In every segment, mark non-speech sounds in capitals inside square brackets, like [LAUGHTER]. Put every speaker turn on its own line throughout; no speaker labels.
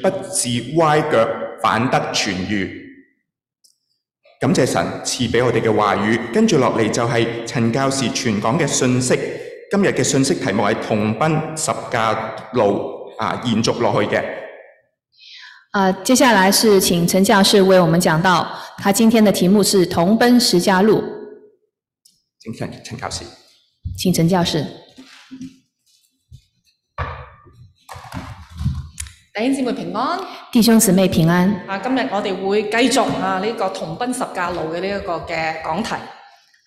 不致歪腳，反得痊愈。感謝神賜俾我哋嘅話語，跟住落嚟就係陳教士傳講嘅信息。今日嘅信息題目係同奔十架路啊，延續落去嘅。
啊、接下来是请陈教士为我们讲到，他今天的题目是“同奔十家路
請陳陳教士。”，
请陈教士。
弟兄姊妹平安。
弟兄姊妹平安。
啊，今日我哋會繼續啊呢、個同奔十架路嘅呢一個嘅講題。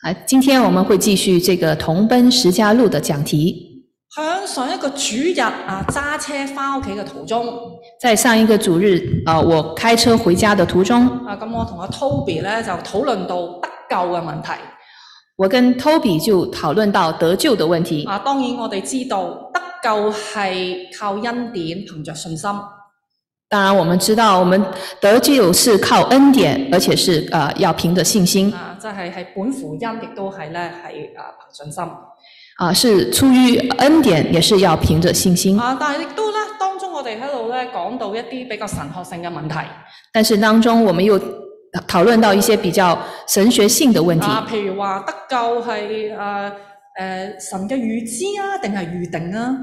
啊，今天我们会继续这个“同奔十家路”的讲题。
向上一個主日啊，揸車翻屋企嘅途中，
在上一个主日，啊，我开车回家的途中，
啊咁我同阿 Toby 咧就討論到得救嘅問題。
我跟 Toby 就討論到得救的問題。
啊，當然我哋知道得救係靠恩典，憑着信心。啊
當然，我們知道我們得救是靠恩典，而且是呃要憑着信心
啊，即係係本乎恩，亦都係咧係啊憑信心。
啊、是出於恩典，也是要憑着信心。
啊，但係亦都咧當中我哋喺度咧講到一啲比較神學性嘅問題。
但是當中我們又討論到一些比較神學性的問題，
啊，譬如話得救係啊誒神嘅預知啊，定係預定啊？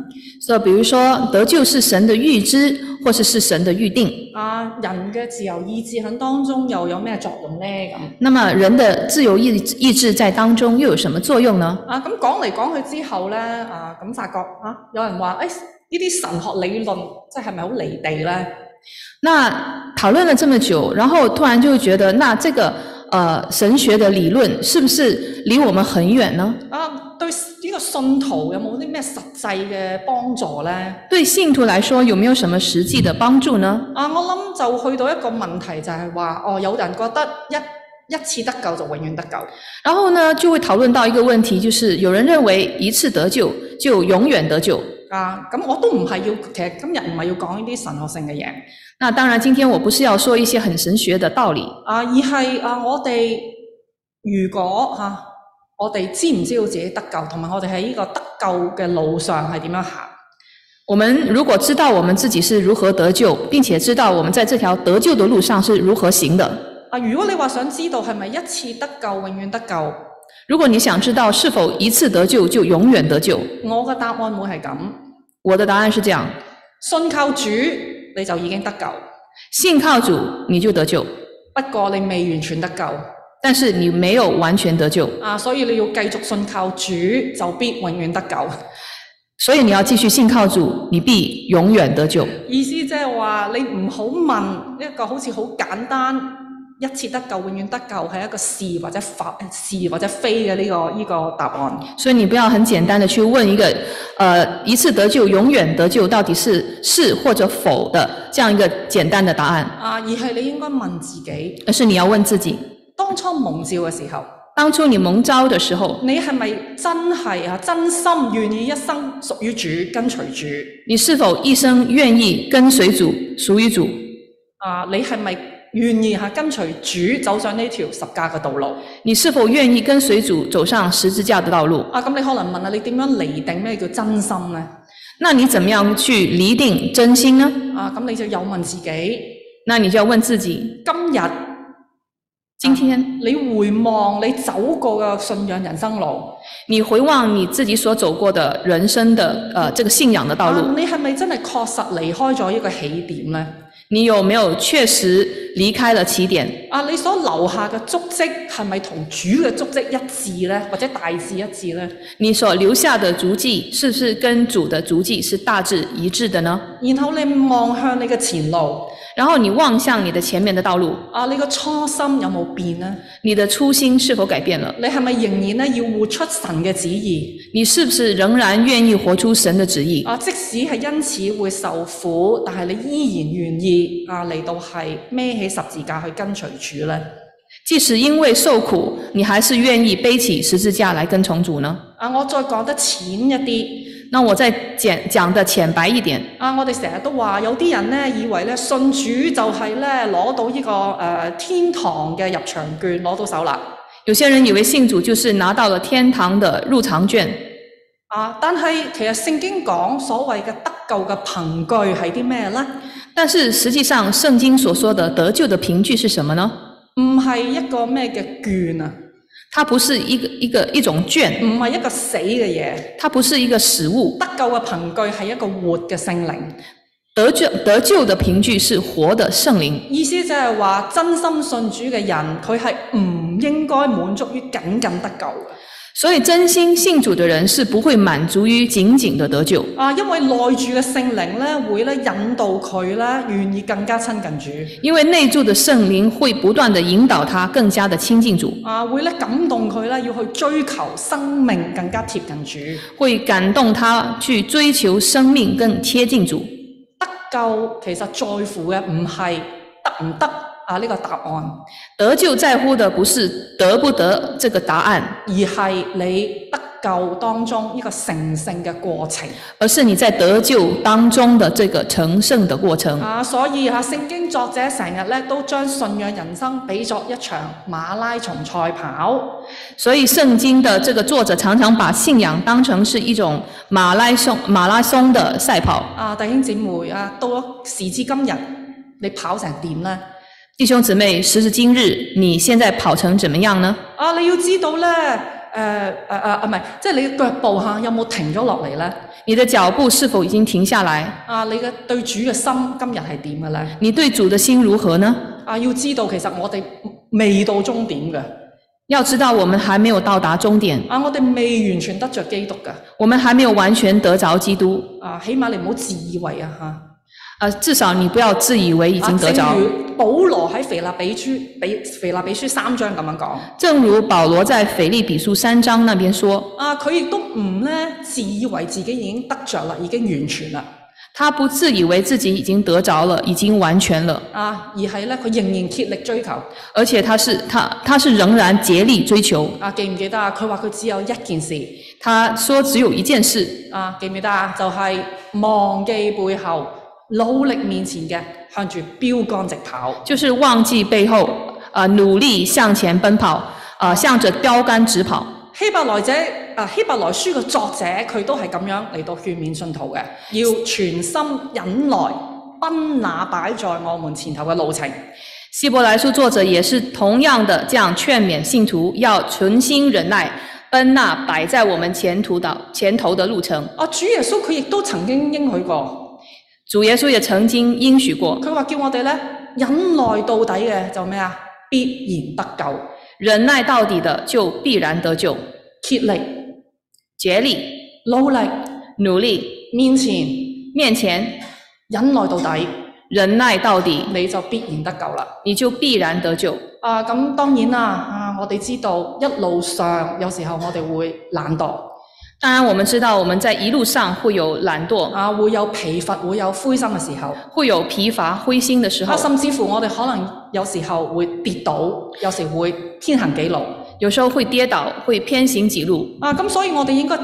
所以比如說得救是神的預知，或是是神的預定。
啊，人嘅自由意志喺當中又有咩作用呢？咁
那麼人的自由意志意志在當中又有什麼作用呢？
啊，咁講嚟講去之後咧，啊咁發覺啊，有人話誒呢啲神學理論即係咪好離地咧？
那討論了這麼久，然後突然就覺得，那這個呃神學的理論是不是離我們很遠呢？
啊，對呢個信徒有冇啲咩實際嘅幫助咧？
對信徒來說，有沒有什麼實際的幫助呢？
啊，我諗就去到一個問題就係話，哦，有人覺得一一次得救就永遠得救。
然後呢，就會討論到一個問題，就是有人認為一次得救就永遠得救。
啊，咁我都唔係要，其實今日唔係要講呢啲神學性嘅嘢，
那當然，今天我不是要說一些很神學的道理，
啊，而係啊，我哋如果嚇、啊我哋知唔知道自己得救，同埋我哋喺呢個得救嘅路上係點樣行？
我們如果知道我們自己是如何得救，並且知道我們在這條得救的路上是如何行的，
啊，如果你話想知道係咪一次得救永遠得救，
如果你想知道是否一次得救就永遠得救，
我嘅答案會係咁：
我的答案是這樣：
信靠主你就已經得救，
信靠主你就得救，
不過你未完全得救。
但是你沒有完全得救，
啊，所以你要繼續信靠主，就必永遠得救。
所以你要繼續信靠主，你必永遠得救。
意思即係話你唔好問一個好似好簡單一次得救永遠得救係一個是或者否呃是或者非嘅呢、個呢、個答案。
所以你不要很簡單的去問一個，呃，一次得救永遠得救到底是是或者否的這樣一個簡單的答案，
啊，而係你應該問自己，
而是你要問自己，
當初蒙召嘅時候，
當初你蒙召的時候，
你係咪真係啊真心願意一生屬於主跟隨主？
你是否一生願意跟隨主、屬於主？
啊，你係咪願意嚇啊跟隨主走上呢條十架嘅道路？
你是否願意跟隨主走上十字架的道路？
啊，咁你可能問啊，你點樣釐定咩叫真心呢？
那你怎麼樣去釐定真心呢？
啊，咁你就有問自己，
那你就要問自己：
今日
今天
你回望你走過嘅信仰人生路，
你回望你自己所走過的人生的呃這個信仰的道
啊
路，
你係咪真係確實離開咗呢個起點呢？
你有沒有確實離開了起點？
啊，你所留下嘅足跡係咪同主嘅足跡一致呢？或者大致一致呢？
你所留下的足跡是不是跟主的足跡是大致一致的呢？
然後你望向你嘅前路，
然後你望向你的前面的道路，
啊，你個初心有冇變呢？
你的初心是否改變了？
你係咪仍然咧要活出神嘅旨意？
你是不是仍然願意活出神的旨意？
啊，即使係因此會受苦，但係你依然願意啊嚟到係孭起十字架去跟隨主呢？
即使因為受苦，你還是願意背起十字架來跟從主呢？
啊，我再講得淺一啲。
那我再簡講的淺白一點，
啊！我哋成日都話有啲人咧，以為咧信主就係咧攞到呢、個誒、呃天堂嘅入場券攞到手啦。
有些人以為信主就是拿到了天堂的入場券，
啊！但係其實聖經講所謂嘅得救嘅憑據係啲咩咧？
但是实际上，圣经所说的得救的凭据是什么呢？
唔係一個咩嘅券啊，
它不是一个一个一种券，
唔係一個死嘅嘢。
它不是一个实物。
得救嘅憑據係一個活嘅聖靈，
得救得救的凭据是活的圣灵，
意思就係話真心信主嘅人，佢係唔應該滿足於僅僅得救嘅。
所以真心信主的人是不会满足于仅仅的得救，
啊，因為內住嘅聖靈咧，會咧引導佢咧，願意更加親近
因為内住的圣灵会不断的引导他更加的亲近主，
主，啊，會咧感動佢咧，要去追求生命更加貼近主。
会感动他去追求生命更贴近主。
得救其實在乎嘅唔係得唔得啊呢、個答案，
得救在乎的不是得不得这个答案，
而係你得救當中呢個成聖嘅過程。
而是你在得救当中的这个成圣的过程。
啊，所以啊，聖經作者成日咧都將信仰人生比作一場馬拉松賽跑。
所以，圣经的这个作者常常把信仰当成是一种马拉松马拉松的赛跑。
啊，弟兄姊妹啊，到咗時至今日，你跑成點呢？
弟兄姊妹，时至今日，你现在跑成怎么样呢？
啊，你要知道呃咧，誒誒啊誒唔係，即係你嘅腳步嚇有冇停咗落嚟咧？
你的脚步是否已经停下来？
啊，你嘅對主嘅心今日係點嘅咧？
你对主的心如何呢？
啊，要知道其實我哋未到終點嘅，
要知道，我们还没有到达终点，
啊，我哋未完全得着基督嘅，
我们还没有完全得着基督。
啊，起碼你唔好自以為啊嚇。
呃，至少你不要自以为已经得着
啊。正如保羅喺腓立比書比腓立比書三章咁樣講，
正如保罗在腓立比书三章那边说，
啊，佢亦都唔咧自以為自己已經得着啦，已經完全啦，
他不自以为自己已经得着了，已经完全了，
啊，而係咧佢仍然竭力追求。
而且他是他他是仍然竭力追求。
啊，記唔記得啊？佢話佢只有一件事，
他说只有一件事，
啊，記唔記得啊？就係、忘記背後，努力面前嘅，向住標杆直跑。
就是忘记背后，呃，努力向前奔跑，呃，向着标杆直跑。
希伯來者啊，希伯來書嘅作者佢都係咁樣嚟到勸勉信徒嘅，要全心忍耐，奔那擺在我們前頭嘅路程。
希伯来书作者也是同样的这样劝勉信徒要存心忍耐，奔那摆在我们前途的前头的路程。
啊，主耶穌佢亦都曾經應許過，
主耶稣也曾经应许过，
佢話叫我哋咧忍耐到底嘅就咩啊？必然得救，
忍耐到底的就必然得救。
竭力
竭力
努力
努力，
面前。
面前
忍耐到底，
忍耐到底，
你就必然得救啦。
你就必然得救。
啊，咁當然啦，啊，我哋知道一路上有時候我哋會懶惰，
当然，我们知道我们在一路上会有懒惰，
啊，會有疲乏，會有灰心嘅時候，
会有疲乏、灰心的时
啊，
候，
甚至乎我哋可能有時候會跌倒，有時會天行幾路。
有时候会跌倒，会偏行己路。
啊，咁所以我哋應該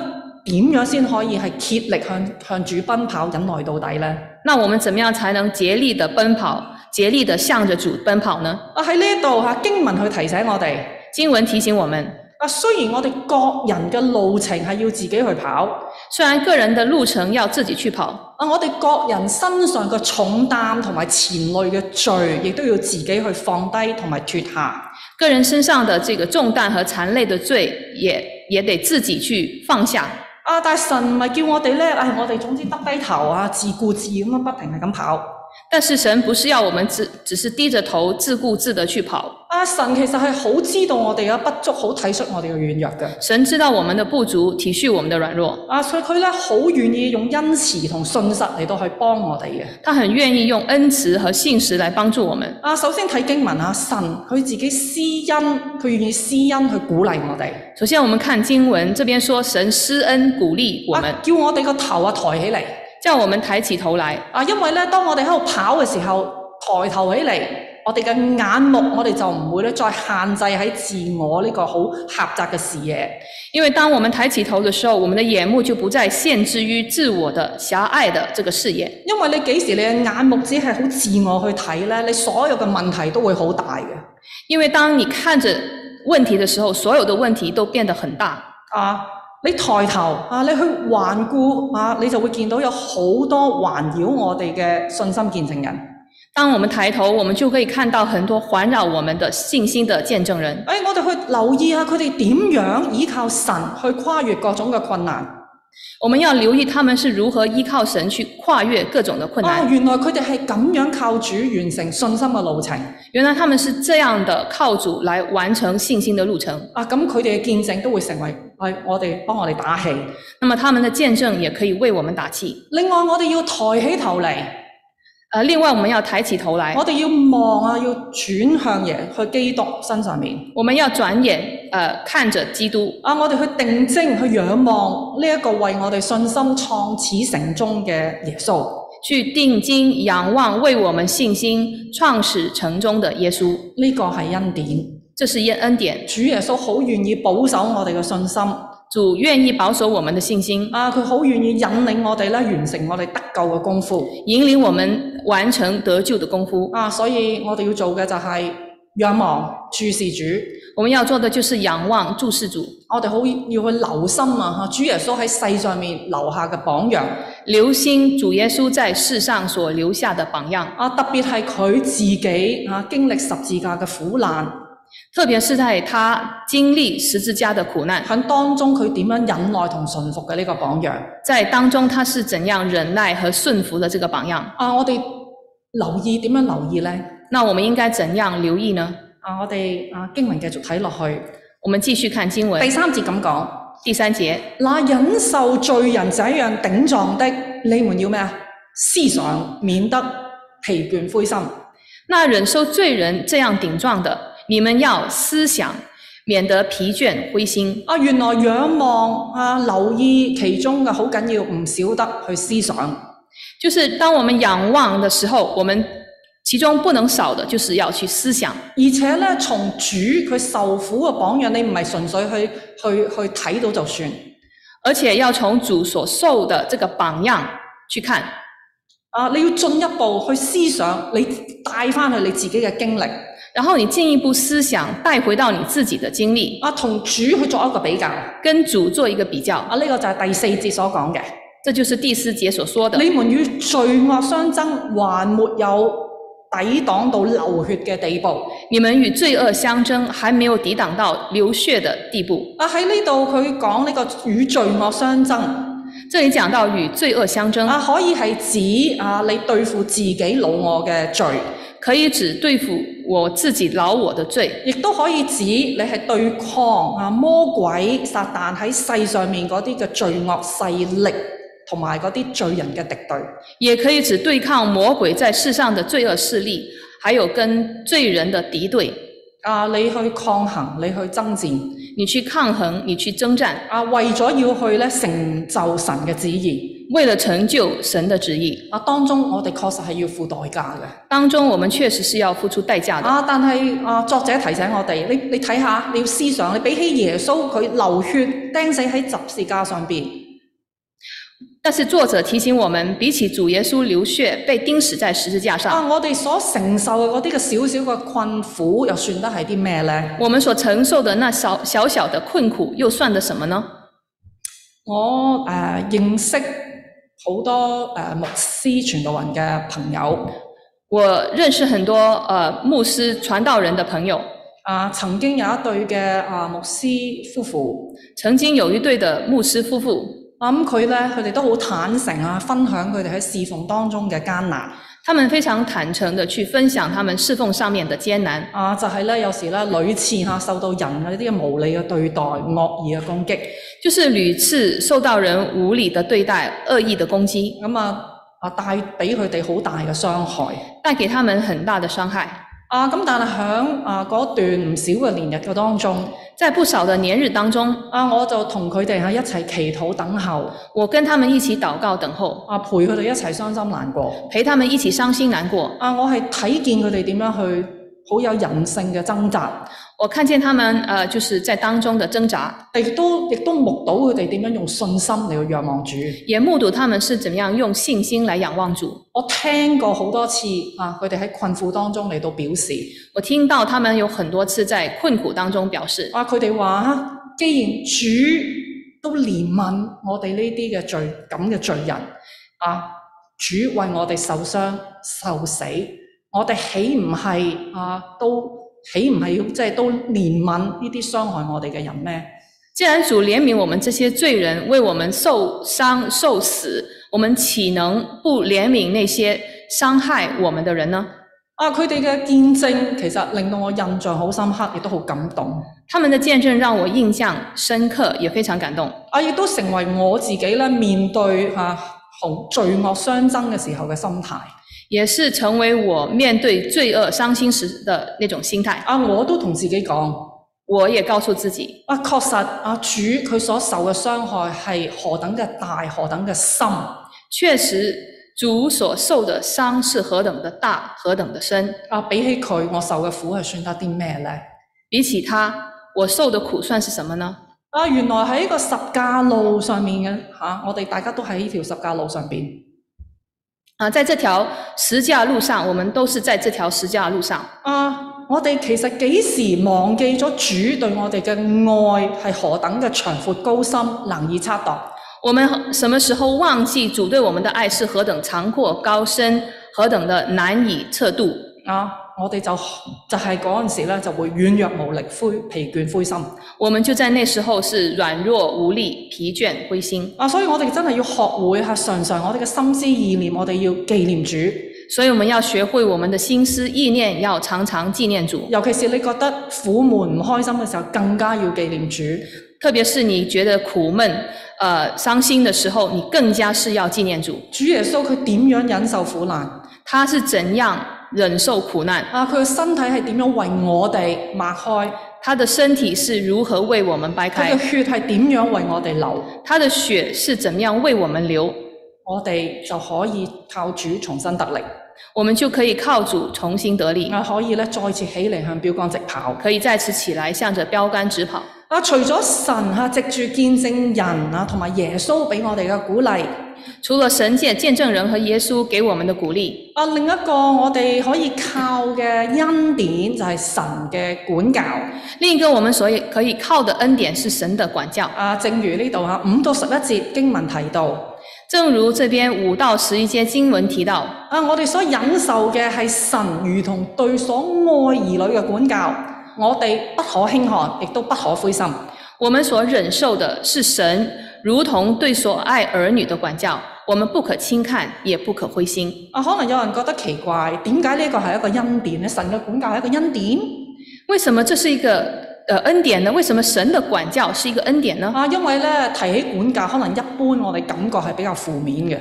點樣先可以係竭力向向主奔跑，忍耐到底呢？
那我们怎么样才能竭力的奔跑，竭力的向着主奔跑呢？
啊，喺呢一度嚇經文去提醒我哋，
经文提醒我们，
啊，雖然我哋各人嘅路程係要自己去跑。
虽然个人的路程要自己去跑，
啊！我哋各人身上嘅重擔同埋前累嘅罪，亦都要自己去放低同埋脱下。
个人身上的这个重担和缠累的罪也也得自己去放下。
啊！但係神唔係叫我哋咧，唉、我哋總之耷低頭啊，自顧自咁樣不停係咁跑。
但是神不是要我们只只是低着头自顾自的去跑，
啊！神其實係好知道我哋嘅啊不足，好體恤我哋嘅軟弱嘅。
神知道我们的不足，體恤我们的软弱，
啊！所以佢咧好願意用恩慈同信實嚟到去幫我哋嘅。
他很愿意用恩慈和信實来幫助我们。
啊！首先睇經文啊，神佢自己施恩，佢願意施恩去鼓勵我哋。
首先，我们看经文这边说，神施恩鼓勵我们
啊，，叫我哋個頭啊抬起嚟。
叫我们抬起头来。
啊，因為咧，當我哋喺度跑嘅時候，抬頭起嚟，我哋嘅眼目，我哋就唔會咧再限制喺自我呢個好狹窄嘅視野。
因为当我们抬起头的时候，我们的眼目就不再限制于自我的狭隘的这个视野。
因為你幾時你嘅眼目只係好自我去睇咧，你所有嘅問題都會好大嘅。
因为当你看着问题的时候，所有的问题都变得很大。
啊，你抬頭啊，你去環顧啊，你就會見到有好多環繞我哋嘅信心見證人。
当我们抬头，我们就可以看到很多环绕我们的信心的见证人。
誒、哎我哋去留意下佢哋點樣依靠神去跨越各種嘅困難。
我们要留意他们是如何依靠神去跨越各种的困
啊，
难。
原來佢哋係咁樣靠主完成信心嘅路程。
原来他们是这样的靠主来完成信心的路程。
啊，咁佢哋嘅見證都會成為係我哋幫我哋打氣。
那么他们的见证也可以为我们打气。
另外，我哋要抬起頭嚟，
呃，另外我们要抬起头来，
我哋要望啊，要轉向耶去基督身上面。
我们要转眼呃看着基督，
啊，我哋去定睛去仰望呢一個為我哋信心創始成終嘅耶穌。
去定睛仰望为我们信心创始成终的耶稣。
呢、個係恩典，
这是耶恩典，
主耶穌好願意保守我哋嘅信心。
主愿意保守我们的信心，
啊，佢好願意引領我哋咧，完成我哋得救嘅功夫。
引领我们完成得救的功夫。
啊，所以我哋要做嘅就係仰望注視主，
我们要做的就是仰望注视主，
我哋好要去留心啊！主耶穌喺世上面留下嘅榜樣
留心主耶稣在世上所留下的榜样，
啊，特別係佢自己啊經歷十字架嘅苦難，
特别是在他经历十字架的苦难，
喺當中佢點樣忍耐同順服嘅呢個榜樣
在当中他是怎样忍耐和顺服的这个榜样。
啊！我哋留意點樣留意呢？
那我们应该怎样留意呢？
啊！我哋啊經文繼續睇落去，
我们继续看经文
第三節咁講：
第三节，
那忍受罪人這樣頂撞的，你們要咩啊？思想，免得疲倦灰心。
那忍受罪人这样顶撞的，你们要思想，免得疲倦灰心。
啊，原來仰望啊，留意其中嘅好緊要，唔少得去思想。
就是当我们仰望的时候，我们其中不能少的就是要去思想，
而且咧，從主佢受苦嘅榜樣，你唔係純粹去去去睇到就算。
而且要从主所受的这个榜样去看，
啊，你要進一步去思想，你帶翻去你自己嘅經歷，
然后你进一步思想带回到你自己的经历，
啊，同主去作一個比較。啊，
跟主做一个比较。
呢、個就係第四節所講嘅。
这就是第四节所说的。
你們與罪惡相爭，還沒有抵擋到流血嘅地步。
你们与罪恶相争，还没有抵挡到流血的地步。
啊，喺呢度佢講呢個與罪惡相爭。
这里讲到与罪恶相争，
啊，可以係指啊，你對付自己老我嘅罪，
可以指对付我自己老我的罪，
亦都可以指你係對抗啊魔鬼撒旦喺世上面嗰啲嘅罪惡勢力，同埋嗰啲罪人嘅敵對。
也可以指对抗魔鬼在世上的罪恶势力，还有跟罪人的敌对。
啊，你去抗衡，你去爭戰，
你去抗衡，你去征战，
啊，為咗要去咧成就神嘅旨意。
为了成就神的旨意，
啊，當中我哋確實係要付代價嘅。
当中我们确实是要付出代价的。
啊，但係啊，作者提醒我哋，你你睇下，你要思想，你比起耶穌佢流血釘死喺十字架上邊。
但是作者提醒我们，比起主耶稣流血被钉死在十字架上，
啊！我哋所承受嘅嗰啲嘅少少嘅困苦，又算得係啲咩呢？
我们所承受的那小小小的困苦又算得什么呢？
我誒、呃、認識好多誒、呃牧師傳道人嘅朋友，
我认识很多呃牧师传道人的朋友，
啊曾經有一對嘅啊牧師夫婦，
曾經有一对的牧师夫妇，
啊咁佢呢，佢哋都好坦誠啊，分享佢哋喺侍奉當中嘅艱難。
他们非常坦诚地去分享他们侍奉上面的艰難，
啊，就係、呢，有時呢，屢次嚇、受到人啊嘅呢啲嘅無理嘅對待、惡意嘅攻擊，
就是屡次受到人无理的对待、恶意的攻击，
咁啊啊帶俾佢哋好大嘅傷害。
帶給他們很大的傷害。
啊，咁但係響啊嗰段唔少嘅連日嘅當中，
在不少的年日當中，
啊我就同佢哋喺一齊祈禱等候，
我跟他們一起禱告等候，
啊陪佢哋一齊傷心難過。
陪他們一起傷心難過。
啊，我係睇見佢哋點樣去好有人性嘅掙扎，
我看見他們呃就是在當中的掙扎，
亦都亦都目睹佢哋點樣用信心嚟去仰望主。
也目睹他們是怎麼樣用信心來仰望主。
我聽過好多次啊，佢哋喺困苦當中嚟到表示，
我聽到他們有很多次在困苦當中表示，
啊佢哋話啊，既然主都憐憫我哋呢啲嘅罪咁嘅罪人啊！主為我哋受傷受死，我哋豈唔係啊？都豈唔係即係都憐憫呢啲傷害我哋嘅人咩？
既然主怜悯我们这些罪人，为我们受伤受死，我们岂能不怜悯那些伤害我们的人呢？
啊！佢哋嘅見證其實令到我印象好深刻，亦都好感動。
他们的见证让我印象深刻，也非常感动。
啊！亦都成為我自己咧面對啊同罪惡相爭嘅時候嘅心態。
也是成为我面对罪恶伤心时的那种心态。
啊！我都同自己講
我也告诉自己，
啊，確實啊，主佢所受嘅傷害係何等嘅大，何等嘅深。啊，
确实主所受的伤是何等的大，何等的深。
啊比起佢，我受嘅苦係算得啲咩呢？
比起他，我受的苦算是什么呢？
啊，原來喺呢個十架路上面嘅嚇、啊我哋大家都喺呢條十架路上邊。
啊，在这条十架路上，我们都是在这条十架路上。
啊，我哋其實幾時忘記咗主對我哋嘅愛係何等嘅長闊高深，難以測度。
我们什么时候忘记主对我们的爱是何等长阔高深，何等的难以测度？
啊，我哋就就係嗰陣時咧，就會軟弱無力、灰疲倦、灰心。
我们就在那时候是软弱无力、疲倦、灰心。
啊，所以我哋真係要學會嚇，常常我哋嘅心思意念，我哋要紀念主。
所以我们要学会我们的心思意念，要常常纪念主。
尤其是你覺得苦悶、唔開心嘅時候，更加要紀念主。
特别是你觉得苦闷、呃伤心的时候，你更加是要纪念主，
主耶穌佢點樣忍受苦難？
他是怎样忍受苦难，
啊，佢嘅身體係點樣為我哋擘開？
他的身体是如何为我们掰
佢
开
嘅，血係點樣為我哋流？
他的血是怎么样为我们流，
我哋就可以靠主重新得力，
我们就可以靠主重新得力，
啊，可以咧再次起嚟向標杆直跑。
可以再次起来，向着标杆直跑。
啊，除咗神啊，藉住見證人啊，同埋耶穌俾我哋嘅鼓勵，
除了神界见证人和耶稣给我们的鼓励，
啊，另一個我哋可以靠嘅恩典就係神嘅管教。
另一个我们所以可以靠的恩典是神的管教。
啊，正如呢度啊五到十一節經文提到，
正如这边五到十一节经文提到，
啊，我哋所忍受嘅係神如同對所愛兒女嘅管教，我哋不可輕看，亦都不可灰心。啊
我们所忍受的是神如同对所爱儿女的管教，我们不可轻看，也不可灰心。
啊，可能有人覺得奇怪，點解呢個係一個恩典咧？神嘅管教係一個恩典
为什么这是一个呃恩典呢？为什么神的管教是一个恩典呢？
啊，因為咧提起管教，可能一般我哋感覺係比較負面嘅。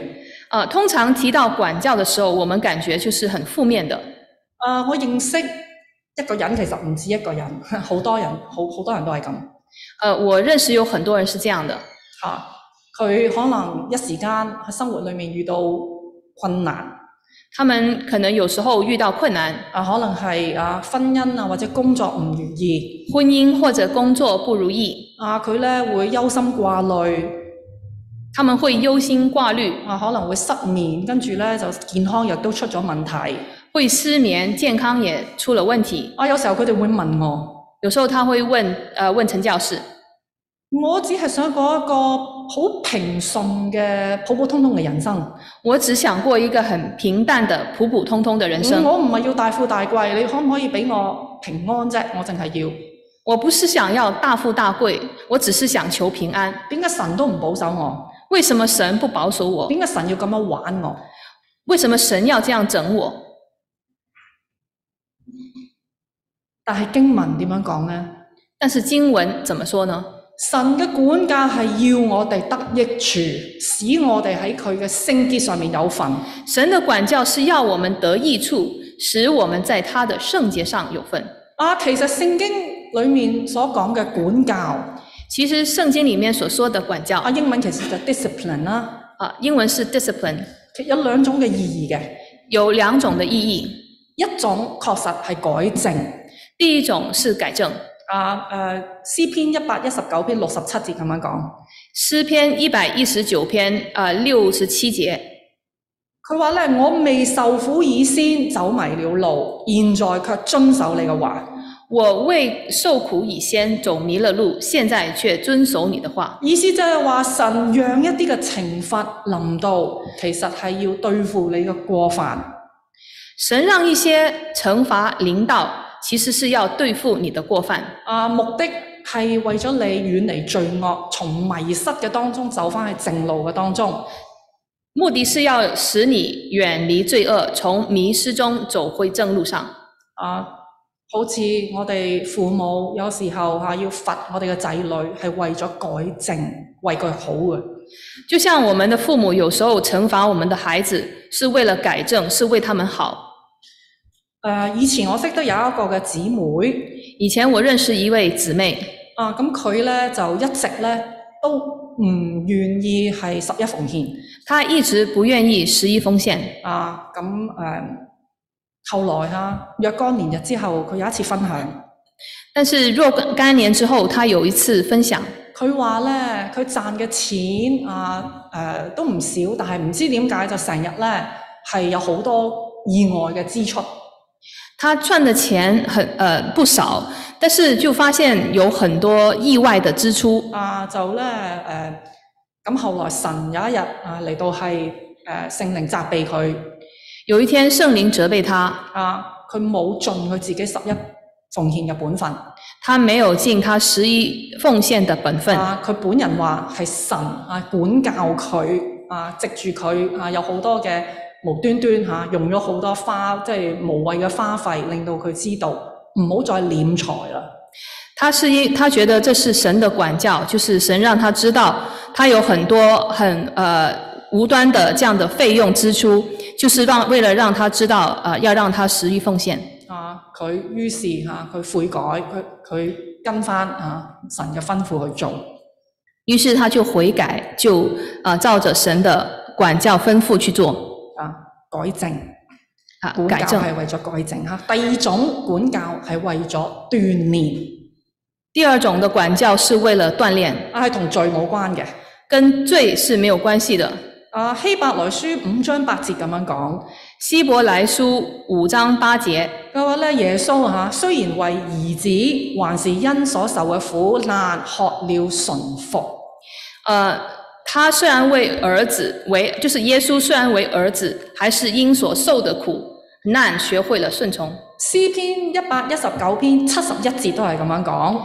啊，通常提到管教的时候，我们感觉就是很负面的。
啊，我認識一個人其實唔止一個人， [LAUGHS] 好多人，好好多人都係咁
呃，我认识有很多人是这样的，
啊。佢可能一時間喺生活裏面遇到困難。
他们可能有时候遇到困难，
啊，可能係啊婚姻啊或者工作唔如意，
婚姻或者工作不如意，
啊佢咧會憂心掛慮，
他们会忧心挂虑，
啊可能會失眠，跟住咧就健康亦都出咗問題。
会失眠，健康也出了问题。
啊有時候佢哋會問我，
有时候他会问，呃，问陈教士，
我只係想過一個好平順嘅普普通通嘅人生，
我只想过一个很平淡的、普普通通的人生。
我唔係要大富大貴，你可唔可以俾我平安啫？我淨係要
我不是想要大富大貴，我只是想求平安。
點解神都唔保守我？
为什么神不保守我？
點解神要咁樣玩我？
为什么神要这样整我？
但係經文點樣講呢？
但是经文怎么说呢？
神嘅管教係要我哋得益處，使我哋喺佢嘅聖潔上面有份。
神的管教是要我们得益处，使我们在他的圣洁上有份。
啊，其實聖經裡面所講嘅管教，啊
其实聖經里面所说的管教
英文其實就 discipline 啦，
啊，英文是 discipline，
其實有兩種嘅意義嘅，
有两種的意义。
一種確實係改正。
第一种是改正，
啊誒、呃詩篇一百一十九篇六十七節咁樣講，
詩篇一百一十九篇啊六十七节。
佢話咧：我未受苦以先走迷了路，現在卻遵守你嘅話。
我为受苦以先走迷了路，现在却遵守你的话。
意思就係話神讓一啲嘅懲罰臨到，其實係要對付你嘅過犯。
神让一些惩罚临到，其实是要对付你的過犯，
啊，目的係為咗你遠離罪惡，從迷失嘅當中走翻去正路嘅當中。
目的是要使你远离罪恶，从迷失中走回正路上。
啊，好似我哋父母有時候啊要罰我哋嘅仔女，係為咗改正，為佢好嘅。
就像我们的父母有时候惩罚我们的孩子，是为了改正，是为他們好。
誒、以前我識得有一個嘅姊妹，
以前我认识一位姊妹，
啊，咁佢咧就一直咧都唔願意係十一奉獻，
她一直不願意十一奉獻。
啊，咁誒、後來啊，若干年日之後，佢有一次分享，
但是若干年之后，她有一次分享，
佢話咧，佢賺嘅錢啊誒、都唔少，但係唔知點解就成日咧係有好多意外嘅支出。
她赚的钱很呃不少，但是就发现有很多意外的支出。
啊，就咧誒，呃咁、後來神有一日啊嚟到係誒、呃、聖靈責備佢
有一天，圣灵责备她，
啊，佢冇盡佢自己十一奉獻嘅本分
她沒有尽她十一奉獻的本分。
啊，佢本人話係神啊管教佢啊，藉住佢啊有好多嘅無端端嚇、啊用咗好多花即係無謂嘅花費，令到佢知道唔好再斂財啦。
他是因他觉得这是神的管教，就是神让他知道他有很多很呃无端的这样的费用支出，就是让为了让他知道呃要让他十一奉献。
啊，佢於是嚇佢、悔改，佢佢跟翻啊神嘅吩咐去做。
于是他就悔改，就呃照着神的管教吩咐去做
啊改正，
啊
管
改
教
正。
係為咗改正嚇。第二種管教係為咗鍛鍊，
第二种的管教是為了锻炼，
啊係同罪冇關嘅。
跟罪是沒有關係的。
啊希伯來書五章八節咁樣講，
希伯来书五章八节，
佢話咧耶穌嚇、啊、雖然為兒子，還是因所受嘅苦難學了順服。
呃，他虽然为儿子为，就是耶稣虽然为儿子，还是因所受的苦难学会了顺从。
詩篇一百一十九篇七十一節都係咁樣講：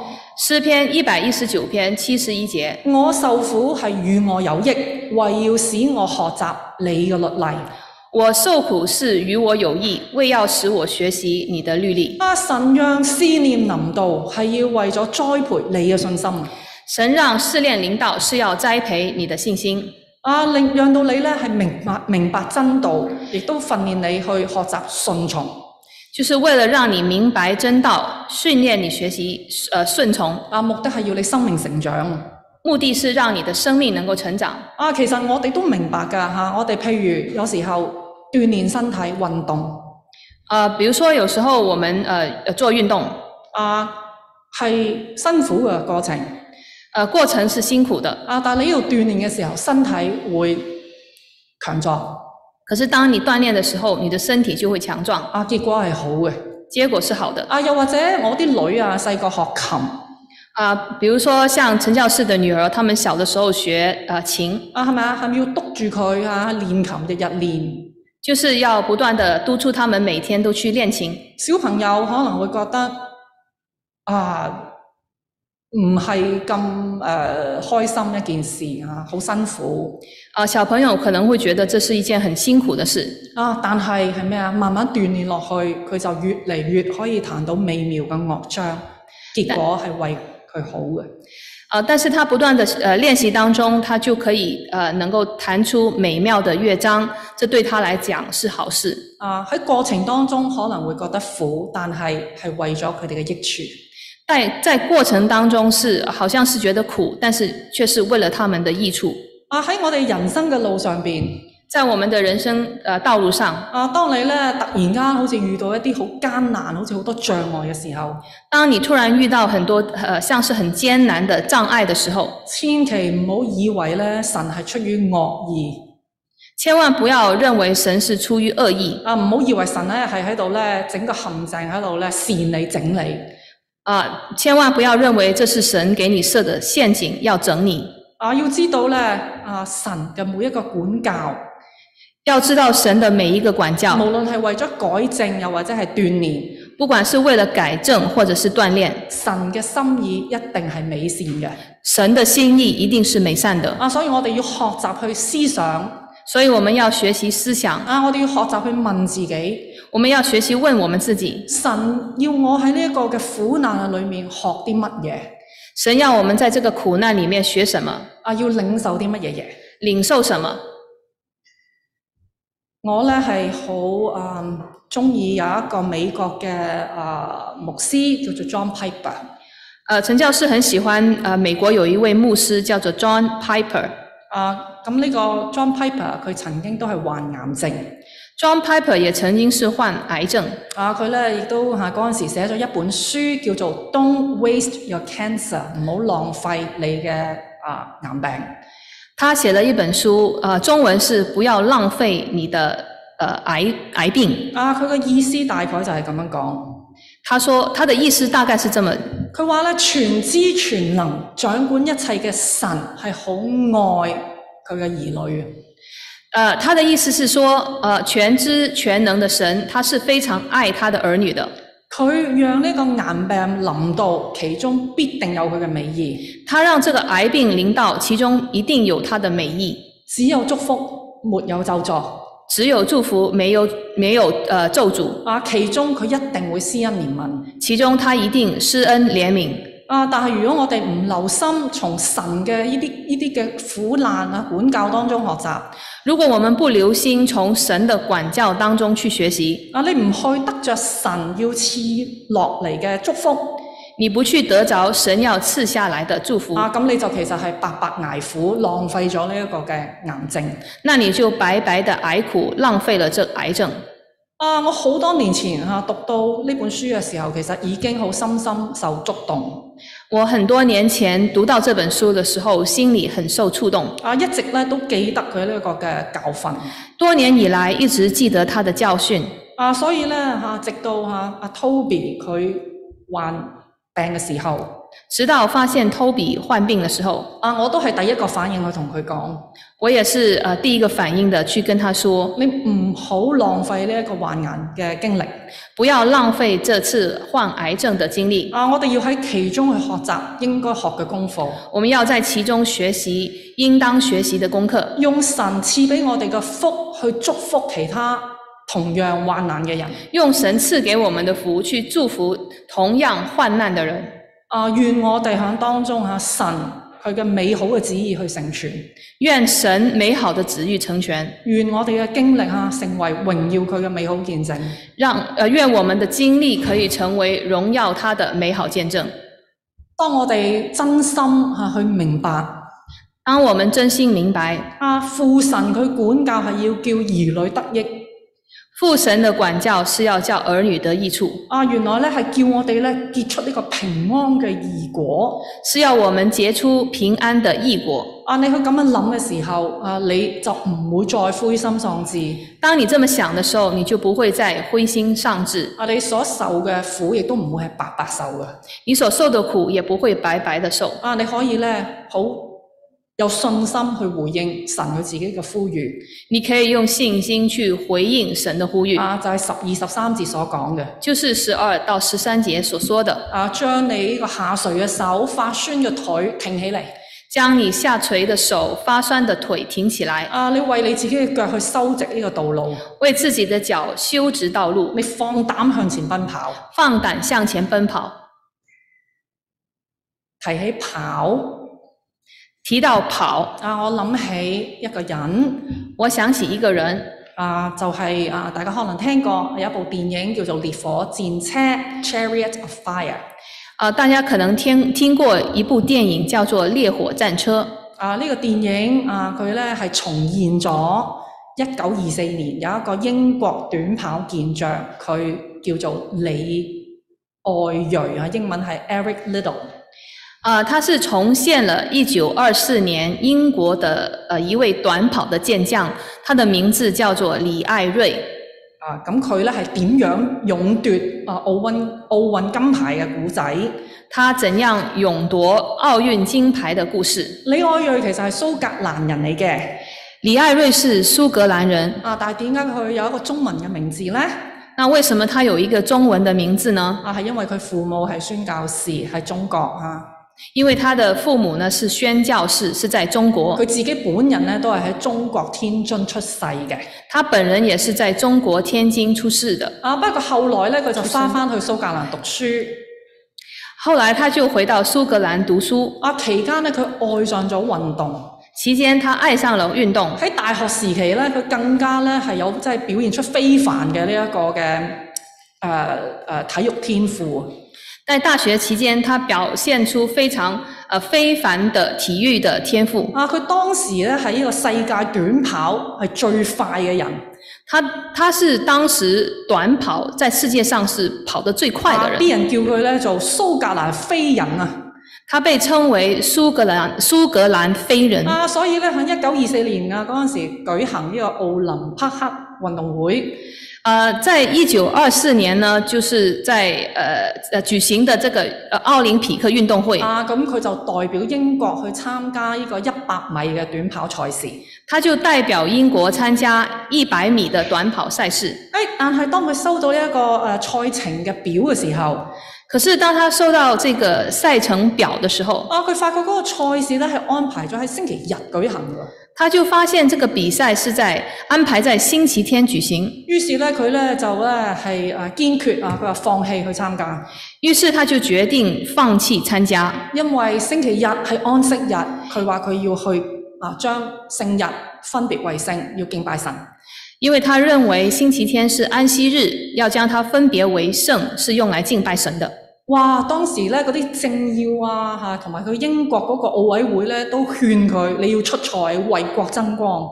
诗篇一百一十九篇七十一节，
我受苦係與我有益，為要使我學習你嘅律例。
我受苦是与我有益，为要使我学习你的律例。
啊！神讓思念臨到，係要為咗栽培你嘅信心。
神让试炼领导是要栽培你的信心，
啊，令讓到你咧係明白明白真道，亦都訓練你去學習順從。
就是为了让你明白真道，训练你学习呃顺从，
啊，目的係要你生命成長。
目的是让你的生命能够成长。
啊，其實我哋都明白㗎嚇、我哋譬如有時候鍛鍊身體運動，
呃，比如说有时候我们呃呃做运动，
啊係辛苦嘅過程。
呃，过程是辛苦的，
啊，但係你要鍛鍊嘅時候，身體會強壯。
可是当你锻炼的时候，你的身体就会强壮，
啊，結果係好嘅。
结果是好的
啊，又或者我啲女啊，細個學琴。
啊、比如说像陈教士的女儿，她们小的时候学呃琴，
啊，係咪啊？係咪要督住佢啊？練琴日日練。
就是要不断的督促她们每天都去练琴。
小朋友可能會覺得啊，唔係咁誒開心一件事啊，好辛苦
啊、小朋友可能会觉得这是一件很辛苦的事，
啊。但係係咩啊？慢慢鍛鍊落去，佢就越嚟越可以彈到美妙嘅樂章，結果係為佢好嘅。
啊、但是她不断的呃练习当中，她就可以呃能够弹出美妙的乐章，这对她来讲是好事。
啊，喺過程當中可能會覺得苦，但係係為咗佢哋嘅益處。
在在过程当中是呃好像是觉得苦，但是却是为了他们的益处。
啊，喺我哋人生嘅路上邊。
在我们的人生呃道路上，
啊，當你咧突然間好似遇到一啲好艱難、好似好多障礙嘅時候，
当你突然遇到很多呃像是很艰难的障礙的时候，
千祈唔好以為咧神係出於惡意，
千万不要认为神是出于恶意，
啊唔好以為神咧係喺度咧整個陷阱喺度咧善你整你，
啊、千万不要认为这是神给你设的陷阱要整你，
啊，要知道咧，啊神嘅每一個管教，
要知道神的每一个管教，
無論係為咗改正又或者係鍛鍊，
不管是为了改正或者是锻炼，
神嘅心意一定係美善嘅。
神的心意一定是美善的。
啊，所以我哋要學習去思想，
所以我們要學習思想，
啊，我哋要學習去問自己，
我們要学习问我们自己：
神要我喺呢一個嘅苦難嘅裏面學啲乜嘢？
神要我们在这个苦难里面学什么，
啊，要領受啲乜嘢嘢？
领受什么。
我咧係好啊中意有一個美國嘅啊牧師叫做 John Piper。
呃，陈教师很喜欢呃，美国有一位牧师叫做 John Piper。
啊，咁呢個 John Piper 佢曾經都係患癌症。
John Piper 也曾經是患癌症，
啊，佢咧亦都嚇嗰陣時寫咗一本書叫做《Don't Waste Your Cancer》，唔好浪費你嘅啊癌病。
他写了一本书，呃，中文是不要浪费你的呃癌癌病。
啊，佢嘅意思大概就係咁樣講。
他说他的意思大概是这么，
佢話咧，全知全能掌管一切嘅神係好愛佢嘅兒女。
呃，他的意思是说，呃，全知全能的神，他是非常爱他的儿女的，
佢讓呢個癌病臨到，其中必定有佢嘅美意。
他让这个癌病临到，其中一定有他的美意。
只有祝福，沒有咒詛。
只有祝福，没有没有呃咒诅，
啊，其中佢一定會施恩憐憫。
其中他一定施恩怜悯。
啊，但係如果我哋唔留心從神嘅呢啲呢啲嘅苦難啊管教當中學習，啊，
如果我们不留心从神的管教当中去学习，
你唔去得着神要賜落嚟嘅祝福，
你不去得着神要赐下来的祝福，
啊，咁你就其實係白白捱苦，浪費咗呢一個嘅癌症。
那你就白白的挨苦，浪费了这癌症。
啊，我好多年前啊讀到呢本書嘅時候，其實已經好深深受觸動，
我很多年前读到这本书的时候，心里很受触动，
啊，一直咧都記得佢呢一個嘅教訓。
多年以来一直记得他的教训。
啊，所以咧嚇、啊直到嚇阿、啊 Toby 佢患病嘅時候，
直到发现 Toby 患病的时候，
啊，我都係第一個反應去同佢講：
我也是呃第一个反应的去跟他说，
你唔好浪費呢一個患癌嘅經歷。
不要浪费这次患癌症的经历，
啊，我哋要喺其中去學習應該學嘅功課，
我们要在其中学习应当学习的功课。
用神賜俾我哋嘅福去祝福其他同樣患難嘅人。
用神赐给我们的福去祝福同样患难的人。
啊，願我哋喺當中嚇、神佢嘅美好嘅旨意去成全，
愿神美好的旨意成全，
願我哋嘅經歷嚇、成為榮耀佢嘅美好見證。
让呃愿我们的经历可以成为荣耀他的美好见证。
當我哋真心嚇去明白
当我们真心明白
啊，父神佢管教係要叫兒女得益
父神的管教是要叫儿女得益处，
啊，原來咧係叫我哋咧結出呢個平安嘅義果
是要我们结出平安的异果。
啊！你去咁樣諗嘅時候啊，你就唔會再灰心喪志
当你这么想的时候，你就不会再灰心丧志，
啊！你所受嘅苦亦都唔會係白白受嘅
你所受的苦也不会白白的受。
啊！你可以咧好有信心去回應神佢自己嘅呼籲
你可以用信心去回应神的呼吁，
啊！就係十二十三節所講嘅
就是十二到十三节所说的。
啊，將你呢個下垂嘅手、發酸嘅腿挺起嚟。
将你下垂的手、发酸的腿挺起来，
啊！你為你自己嘅腳去修直呢個道路，
为自己的脚修直道路，
你放膽向前奔跑，
放胆向前奔跑。
提起跑
提到跑，
啊，我諗起一個人
我想起一个人，
啊，就係、啊，大家可能聽過有一部電影叫做《烈火戰車》（Chariot of Fire）。
呃，大家可能听听过一部电影叫做《烈火战车》，
啊，呢、個電影啊，佢咧係重現咗一九二四年有一個英國短跑健將，佢叫做李愛瑞啊，英文係 Eric Little。
呃，它是重现了1924年英国的呃一位短跑的健将，他的名字叫做李艾瑞。
啊，咁佢咧係點樣勇奪啊奧運奧運金牌嘅古仔？
他怎样勇夺奥运金牌的故事。
李愛瑞其實係蘇格蘭人嚟嘅，
李艾瑞是苏格兰人，
啊，但係點解佢有一個中文嘅名字呢？
那为什么他有一个中文的名字呢？
啊，係因為佢父母係宣教士，喺中國啊，
因为他的父母呢是宣教士，是在中国
佢，自己本人咧都係喺中國天津出世嘅。
他本人也是在中国天津出世的。
啊，不過後來咧佢就翻翻去蘇格蘭讀書。
后来他就回到苏格蘭讀書，
啊，期間咧佢愛上咗運動。
期間他愛上了運動。
喺大學時期咧，佢更加咧係有即係表現出非凡嘅呢一個嘅誒誒體育天賦。
在大學期間，他表現出非常呃非凡的體育的天賦。
啊，佢當時咧喺呢個世界短跑係最快嘅人，
他他是當時短跑在世界上是跑得最快
啊
的人，
啲人叫佢咧做蘇格蘭飛人啊！
他被稱為蘇格蘭蘇格蘭飛人。
啊，所以咧喺一九二四年啊嗰陣時舉行呢個奧林匹克運動會，
呃，在一九二四年呢，就是在呃呃举行的這個呃奧林匹克運動會，
啊咁佢就代表英國去參加呢個一百米嘅短跑賽事。
他就代表英國參加一百米的短跑賽事。
誒，但係當佢收到呢、一個誒、呃、賽程嘅表嘅時候，
可是当他收到这个赛程表的时候，
啊，佢發覺嗰個賽事咧係安排咗喺星期日舉行㗎。
他就发现这个比赛是在安排在星期天舉行，
於是咧，佢咧就咧係誒堅決啊，佢話放棄去參加，
于是他就決定放棄參加，
因為星期日係安息日，佢話佢要去啊將聖日分別為聖，要敬拜神。
因為他認為星期天是安息日，要將它分別為聖，是用來敬拜神的。
哇！當時咧嗰啲政要啊嚇，同埋佢英國嗰個奧委會咧都勸佢你要出賽為國爭光。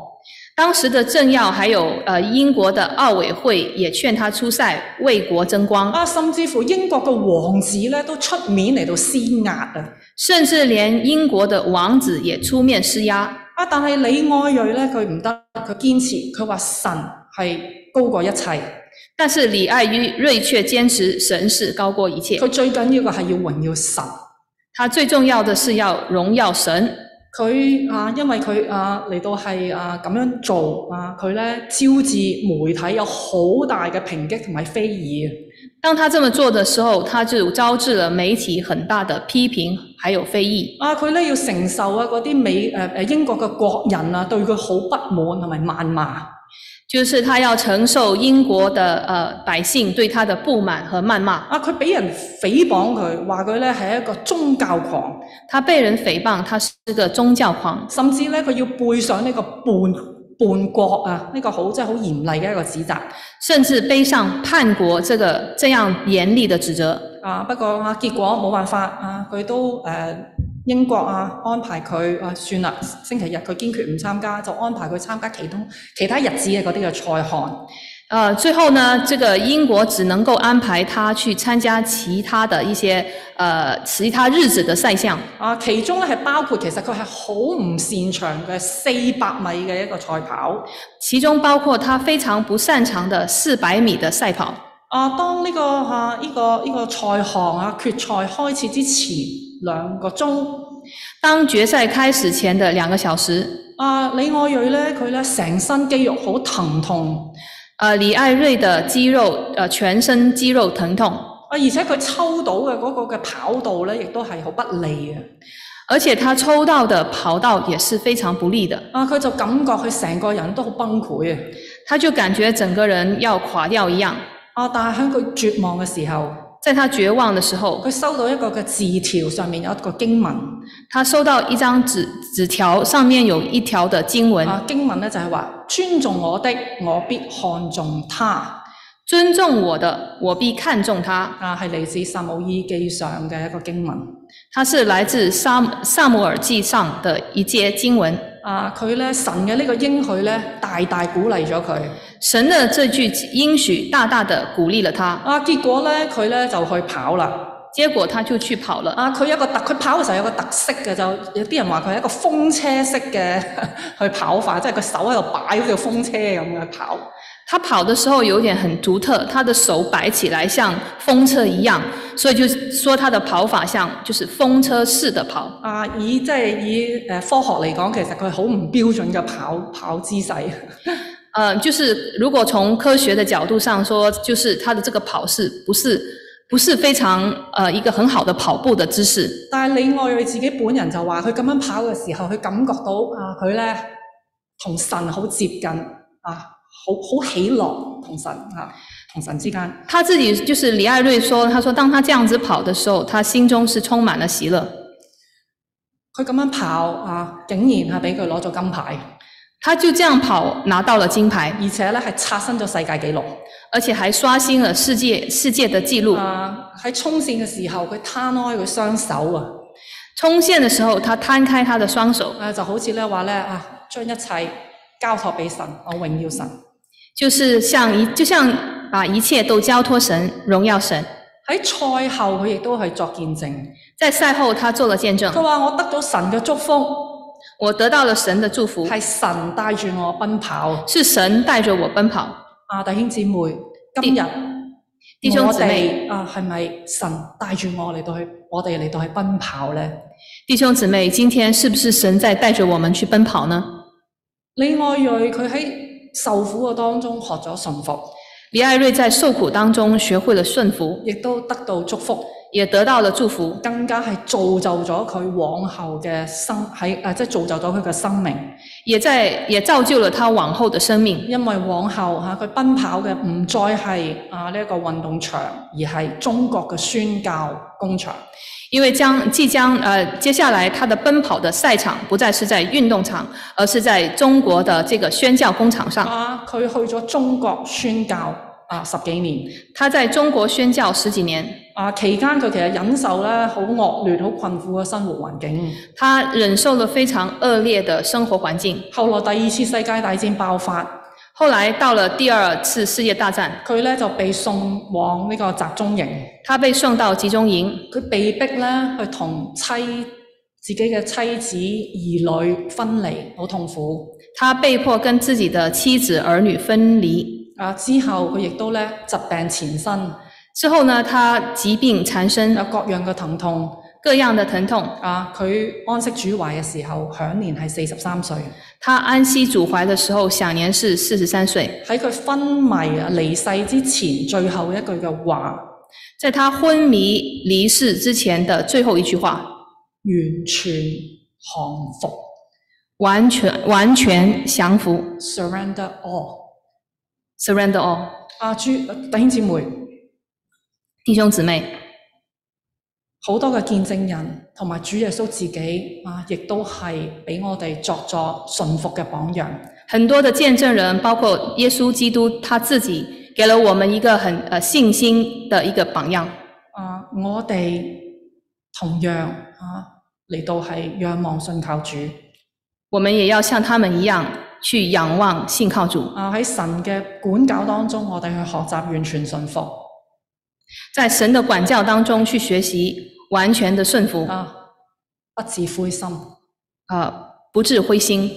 當時的政要還有呃英國的奧委會也勸他出賽，為國爭光，
啊，甚至乎英國嘅王子咧都出面嚟到施壓啊！
甚至連英國的王子也出面施壓。
啊，但係李愛瑞咧佢唔得，佢堅持，佢話神係高過一切，
但是李艾瑞卻堅持神是高過一切。
佢最緊要嘅係要榮耀神。
他最重要的是要荣耀神，
佢啊，因為佢啊嚟到係啊咁樣做啊，佢咧招致媒體有好大嘅抨擊同埋非議。
当他这么做的时候，他就招致了媒体很大的批评，还有非议。
啊，佢咧要承受啊嗰啲美誒誒、呃英國嘅國人啊對佢好不滿同埋謾罵。
就是他要承受英國的呃百姓對他的不滿和谩罵，
啊，佢俾人誹謗佢，話佢咧係一個宗教狂。
他被人誹謗，他是个宗教狂，
甚至咧佢要背上呢個叛叛國啊，呢、個好即係好嚴厲嘅一個指責
甚至背上叛國這个这樣嚴厲的指責。
啊。不過啊，結果冇辦法啊，佢都誒、呃英國啊安排佢啊算啦，星期日佢堅決唔參加，就安排佢參加其他其他日子嘅嗰啲嘅賽項。
呃，最後呢，這個英國只能夠安排他去參加其他的一些呃其他日子的賽項。
啊，其中咧係包括其實佢係好唔擅長嘅四百米嘅一個賽跑。
其中包括他非常不擅長的400米的賽跑。
啊，當呢、個啊呢、個呢、個賽項啊決賽開始之前兩個鐘。
當決賽開始前的兩個小時，
啊，李愛瑞咧，佢咧成身肌肉好疼痛，
呃，李艾瑞的肌肉，呃，全身肌肉疼痛，
啊，而且佢抽到嘅嗰個嘅跑道咧，亦都係好不利啊嘅。
而且他抽到的跑道也是非常不利的，
啊，佢就感覺佢成個人都好崩潰啊！
他就感覺整個人要垮掉一樣。
啊，但係喺佢絕望嘅時候，
在他絕望的時候，
佢收到一個嘅字條，上面有一個經文，
他收到一張紙紙條，上面有一條的經文：
啊，經文咧就係話尊重我的，我必看重他。
尊重我的，我必看重他。
啊，係嚟自撒母耳記上嘅一個經文。
他是來自撒撒母耳記上的一節經文。
啊，佢咧神嘅呢個應許咧，大大鼓勵咗佢。
神的这句应许大大的鼓勵了他，
啊，結果咧佢咧就去跑啦。
结果他就去跑了。
啊，佢有一個特，佢跑嘅時候有個特色嘅，就有啲人話佢係一個 [LAUGHS] 風車式嘅去跑法，即係佢手喺度擺好似風車咁樣去跑。
他跑的时候有点很独特，他的手摆起来像风车一样，所以就说他的跑法像就是风车式的跑。
啊，以即係以誒科學嚟講，其實佢好唔標準嘅跑跑姿勢。
呃，就是如果从科学的角度上说，就是他的这个跑是不是不是非常呃一个很好的跑步的姿势。
但係李愛佢自己本人就話，佢咁樣跑嘅時候，佢感覺到啊，佢咧同神好接近啊，好好喜樂同神啊，同神之間。
他自己就是李艾瑞说，他说当他这样子跑的时候，他心中是充满了喜乐。
佢咁樣跑啊，竟然係俾佢攞咗金牌，
他就这样跑拿到了金牌，
而且咧係刷新咗世界紀錄。
而且还刷新了世界世界的纪录。
啊，喺衝線嘅時候，佢攤開佢雙手啊，
冲线的时候，他摊开他的双手，
啊就好似咧話咧啊，將一切交託俾神，我榮耀神。
就是像一就像把一切都交托神，荣耀神。
喺賽後佢亦都係作見證，
在赛后，他做了见证
佢，話我得到神嘅祝福，
我得到了神的祝福，
係神帶住我奔跑。
是神带着我奔跑。
啊，弟兄姊妹，今日
弟兄姊妹，
我哋啊，係咪神帶住我嚟到去，我哋嚟到去奔跑呢？
弟兄姊妹，今天是不是神在带着我们去奔跑呢？
李愛瑞佢喺受苦嘅當中學咗順服，
李艾瑞在受苦当中学会了顺服，
亦都得到祝福，
也得到了祝福，
更加係造就咗佢往後嘅生喺啊，即係造就咗佢嘅生命。
也在也造就了他往后的生命。
因為往後嚇佢奔跑嘅唔再係啊呢一個運動場，而係中國嘅宣教工場。
因为将即将呃，接下来他的奔跑的赛场不再是在运动场，而是在中国的这个宣教工厂上。
啊，佢去咗中國宣教啊十幾年，
他在中國宣教十几年，
啊期間佢其實忍受咧好惡劣、好困苦嘅生活環境。
他忍受了非常恶劣的生活环境。
後來第二次世界大戰爆發，
后来到了第二次世界大战，
佢咧就被送往呢個集中營，
他被送到集中营，
佢被逼咧去同妻自己嘅妻子兒女分離，好痛苦。
他被迫跟自己的妻子儿女分离。
啊！之後佢亦都咧疾病纏身，
之后呢，他疾病缠
有
身，
各樣嘅疼痛。
各样的疼痛。
啊，佢安息主懷嘅時候，享年係四十三歲。
他安息主怀的时候，享年是四十三岁。
喺佢昏迷啊離世之前，最後一句嘅話，
在他昏迷离世之前的最后一句话，
完全降服
完全完全降服
（surrender all）。
（surrender all）。
啊，主弟兄姊妹，
弟兄姊妹，
好多嘅見證人同埋主耶穌自己啊，亦都係俾我哋作咗順服嘅榜樣。
很多的见证人，包括耶稣基督他自己，给了我们一个很呃信心的一个榜样。
啊，我哋同樣啊嚟到係仰望信靠主
我们也要像他们一样去仰望、信靠主。
啊喺神嘅管教當中，我哋去學習完全信服
在神的管教当中去学习完全的顺服，
啊，不致灰心。
呃，不致灰心。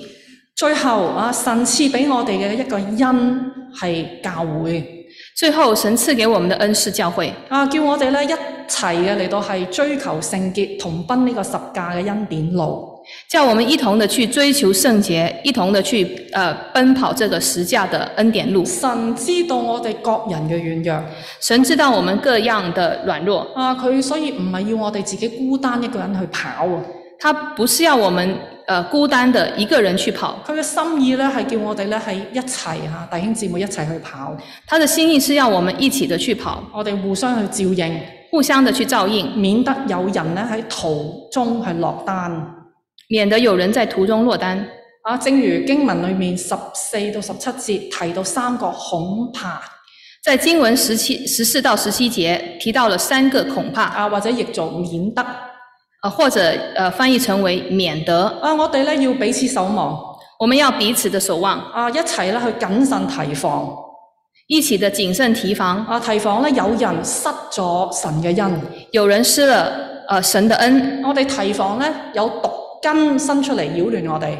最後啊，神賜俾我哋嘅一個恩係教會
最后，神赐给我们的恩是教会，
啊，叫我哋咧一齊嘅嚟到係追求聖潔，同奔呢個十架嘅恩典路。
叫我们一同的去追求圣洁，一同的去呃奔跑这个实价的恩典路。
神知道我哋各人嘅軟弱
神知道我们各样的软弱，
啊，佢所以唔係要我哋自己孤單一個人去跑啊。
他不是要我们呃孤单的一个人去跑，
佢嘅心意咧係叫我哋咧係一齊啊，弟兄姊妹一齊去跑，
他的心意是要我们一起的去跑，
我哋互相去照應，
互相的去照应，
免得有人咧喺途中係落單。
免得有人在途中落单。
啊，正如經文裏面十四到十七節提到三個恐怕
在经文十七、十四到十七节提到了三个恐怕，
啊，或者譯做免得啊，
呃，或者呃翻译成为免得。
我哋咧要彼此守望
我们要彼此的守望，
啊，一齊咧去謹慎提防
一起的谨慎提防。
啊，提防咧有人失咗神嘅恩，
有人失了呃神的恩，
我哋提防咧有毒根生出嚟擾亂我哋。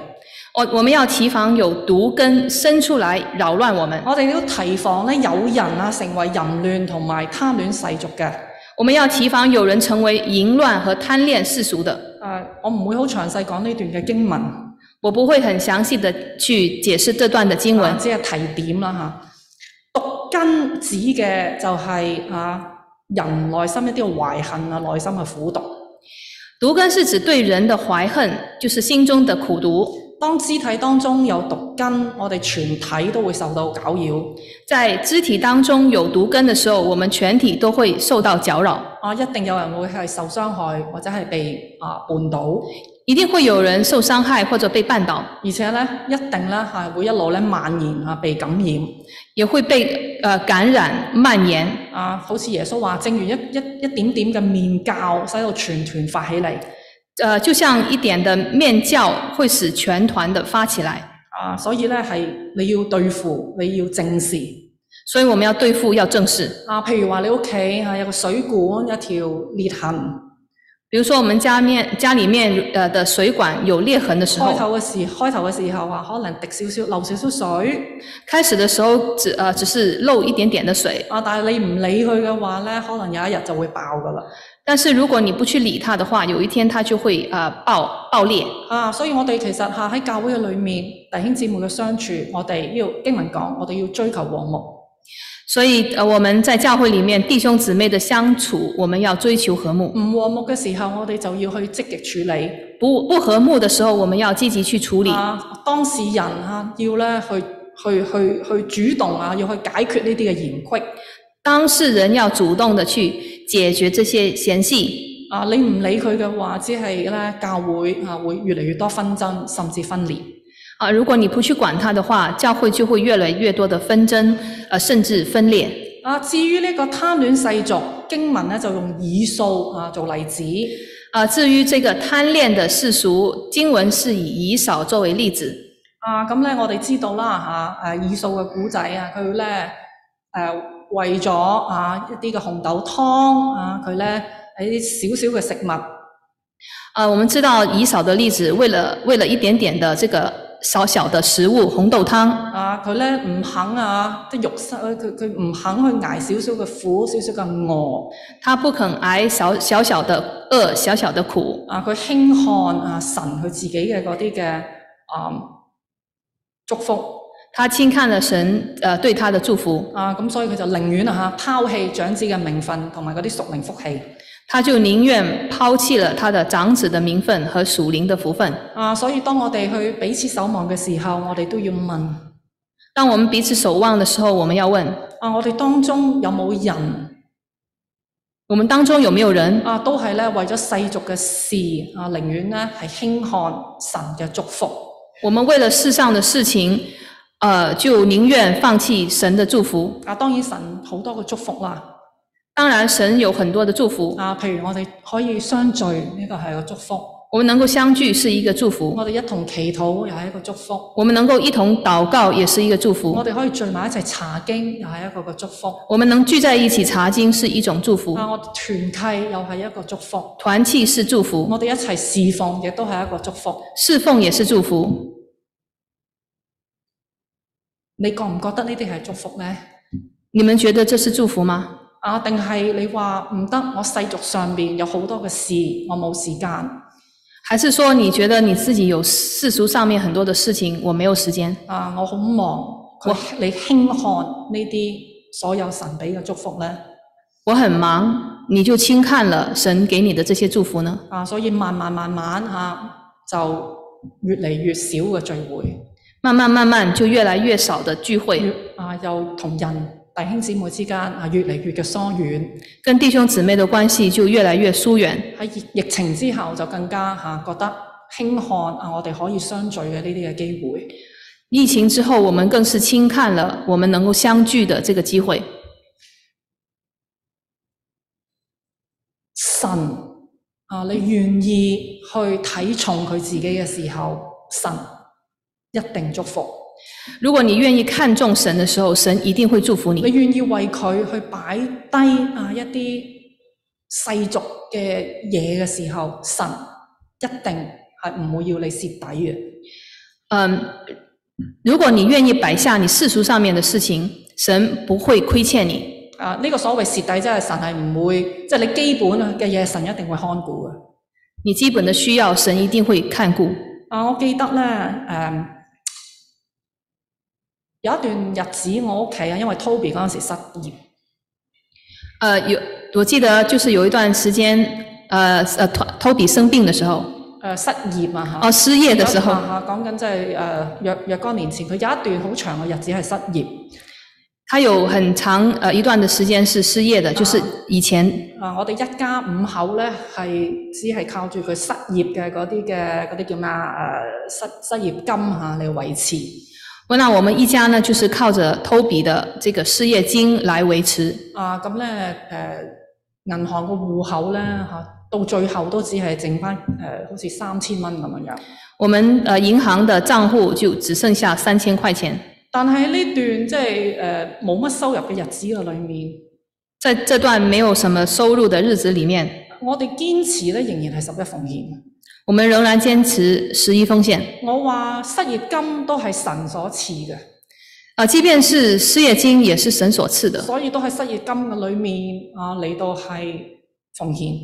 我我们要提防有毒根生出来扰乱我们，
我哋要提防咧有人啊成為淫亂同埋貪戀世俗嘅。
我们要提防有人成为淫乱和贪恋世俗的。
啊，我唔會好詳細講呢段嘅經文，啊
我不会很详细的去解释这段的经文。
只係提點啦嚇。毒根指嘅就係、啊人內心一啲嘅懷恨啊，內心嘅苦毒。
毒根是指对人的怀恨，就是心中的苦毒，
當肢體當中有毒根，我哋全體都會受到攪擾。
在肢体当中有毒根的时候，我们全体都會受到搅扰，
啊，一定有人會係受傷害或者係被啊絆倒，
一定会有人受伤害或者被绊倒，
而且咧一定咧係會一路咧蔓延啊，被感染。
也会被呃感染蔓延。
啊，好似耶穌話，正如一一一點點嘅面教，使到全團發起嚟。
呃，就像一点的面教会使全团的发起来，
啊，所以咧係你要對付，你要正視。
所以我们要对付，要正视。
啊，譬如話你屋企啊有個水管一條裂痕，
比如说我们家面家里面呃的水管有裂痕的时
開
候，
頭嘅時開頭嘅時候啊，可能滴少少漏少少水，
开始的时候只呃只是漏一点点的水，
啊，但係你唔理佢嘅話咧，可能有一日就會爆㗎啦。
但是如果你不去理它的话，有一天它就会呃爆爆裂。
啊，所以我哋其實嚇喺教會嘅裏面，弟兄姊妹嘅相處，我哋要經文講，我哋要追求和睦。
所以呃我们在教会里面弟兄姊妹的相处，我们要追求和睦。
唔和睦嘅時候，我哋就要去積極處理。
不不和睦的时候，我们要积极去处理。
啊，當事人啊，要咧去去去去主動啊，要去解決呢啲嘅嫌隙
当事人要主动的去解决这些嫌隙。
啊。你唔理佢嘅話，只係咧教會啊會越嚟越多紛爭，甚至分裂
啊，如果你不去管它的话，教会就会越来越多的紛爭，呃，甚至分裂。
啊。至於呢個貪戀世俗，經文咧就用以數啊做例子
啊，至于这个贪恋的世俗，经文是以以扫作为例子。
啊。咁咧我哋知道啦嚇，誒、以數嘅古仔啊，佢咧誒為咗啊一啲嘅紅豆湯啊，佢咧喺啲少少嘅食物。
呃，我们知道以扫的例子，为了为了一点点的这个小小的食物红豆汤，
啊，佢咧唔肯啊，即係肉身，佢佢唔肯去捱少少嘅苦，少少嘅餓，
他不肯挨小小小的饿，小小的苦，
啊，佢輕看啊神佢自己嘅嗰啲嘅啊祝福，
他轻看了神呃对他的祝福，
啊，咁所以佢就寧願啊拋棄長子嘅名分同埋嗰啲屬靈福氣，
他就宁愿抛弃了他的长子的名分和属灵的福分。
啊，所以當我哋去彼此守望嘅時候，我哋都要問，
当我们彼此守望的时候，我们要问：
啊，我哋當中有冇人
我们当中有没有人
啊，都係咧為咗世俗嘅事啊，寧願咧係輕看神嘅祝福。
我们为了世上的事情，呃，就宁愿放弃神的祝福？
啊，當然神好多嘅祝福啦。
当然，神有很多的祝福，
啊，譬如我哋可以相聚，呢、個係個祝福；
我们能够相聚是一个祝福，
我哋一同祈禱又係一個祝福；
我们能够一同祷告也是一个祝福
我，哋可以聚埋一齊查經，又係一個個祝福。
我们能聚在一起查经是一种祝福，
啊，我哋團契又係一個祝福，
团契是祝福，
我哋一齊侍奉亦都係一個祝福。
侍奉也是祝福。
你覺唔覺得呢啲係祝福呢？
你们觉得这是祝福吗？
啊，定係你話唔得？我世俗上邊有好多嘅事，我冇時間。
还是说你觉得你自己有世俗上面很多的事情，我没有时间，
啊，我好忙。佢你輕看呢啲所有神俾嘅祝福呢？
我很忙，你就轻看了神给你的这些祝福呢？
啊，所以慢慢慢慢啊，就越嚟越少嘅聚會，
慢慢慢慢就越来越少的聚会，
越啊又同人弟兄姊妹之間啊越嚟越嘅疏遠。
跟弟兄姊妹的关系就越来越疏远。
喺疫疫情之後就更加嚇、啊、覺得輕看啊，我哋可以相聚嘅呢啲嘅機會。
疫情之后，我们更是轻看了我们能够相聚的这个机会。
神啊，你願意去睇重佢自己嘅時候，神一定祝福。
如果你愿意看重神的时候，神一定会祝福
你
你。
願意為佢去擺低啊一啲世俗嘅嘢嘅時候，神一定係唔會要你蝕底嘅。
嗯，如果你愿意摆下你世俗上面的事情，神不会亏欠你。
啊，呢、個所謂蝕底真係神係唔會，即係你基本嘅嘢，神一定會看顧嘅。
你基本的需要，神一定会看顾。
啊，我記得咧，誒、有一段日子我屋企啊，因為 Toby 嗰陣時失業，
呃，有我记得就是有一段时间，呃呃，托托比生病的时候，
誒、失業啊嚇。
哦，失业的时候，
啊講緊即係誒若若干年前，佢有一段好長嘅日子係失業。
他有很長呃一段的時間是失業的，就是以前
啊，我哋一家五口咧係只係靠住佢失業嘅嗰啲嘅嗰啲叫咩啊？誒、失失業金嚇嚟、維持。
那我们一家呢，就是靠着 Toby 的这个失業金來維持。
啊，咁咧誒銀行個户口咧嚇、到最後都只係剩翻誒、好似三千蚊咁樣樣。
我们呃银行的賬户就只剩下三千塊錢。
但係呢段即係誒冇乜收入嘅日子嘅裏面，
在這段沒有什麼收入的日子裡面，
我哋堅持咧仍然係十一奉獻。
我們仍然堅持十一奉獻。
我話失業金都係神所賜嘅，
啊、即便是失業金也是神所賜的。
所以都喺失業金嘅裏面啊嚟到係奉獻。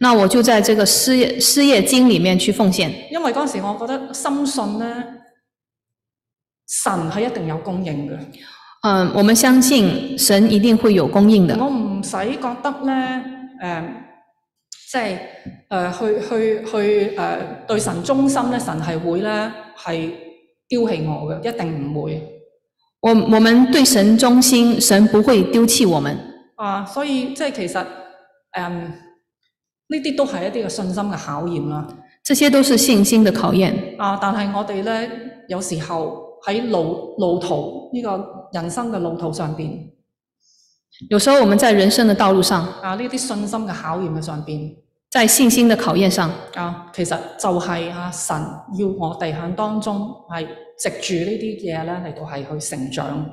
那我就在這個失業失業金裡面去奉獻，
因為嗰陣時我覺得深信咧，神係一定有供應嘅。
嗯、我們相信神一定會有供應的。
我唔使覺得咧誒、即係誒、去去去誒、對神忠心咧，神係會咧係丟棄我嘅，一定唔會。
我我们对神忠心，神不会丢弃我们。
啊，所以即係其實誒呢啲都係一啲嘅信心嘅考驗啦。
这些都是信心的考验。
啊，但係我哋咧有時候喺路路途呢、個人生嘅路途上邊，
有时候我们在人生的道路上，
啊呢啲信心嘅考驗嘅上邊，
在信心的考验上，
啊其實就係啊神要我哋喺當中係藉住呢啲嘢咧嚟到係去成長，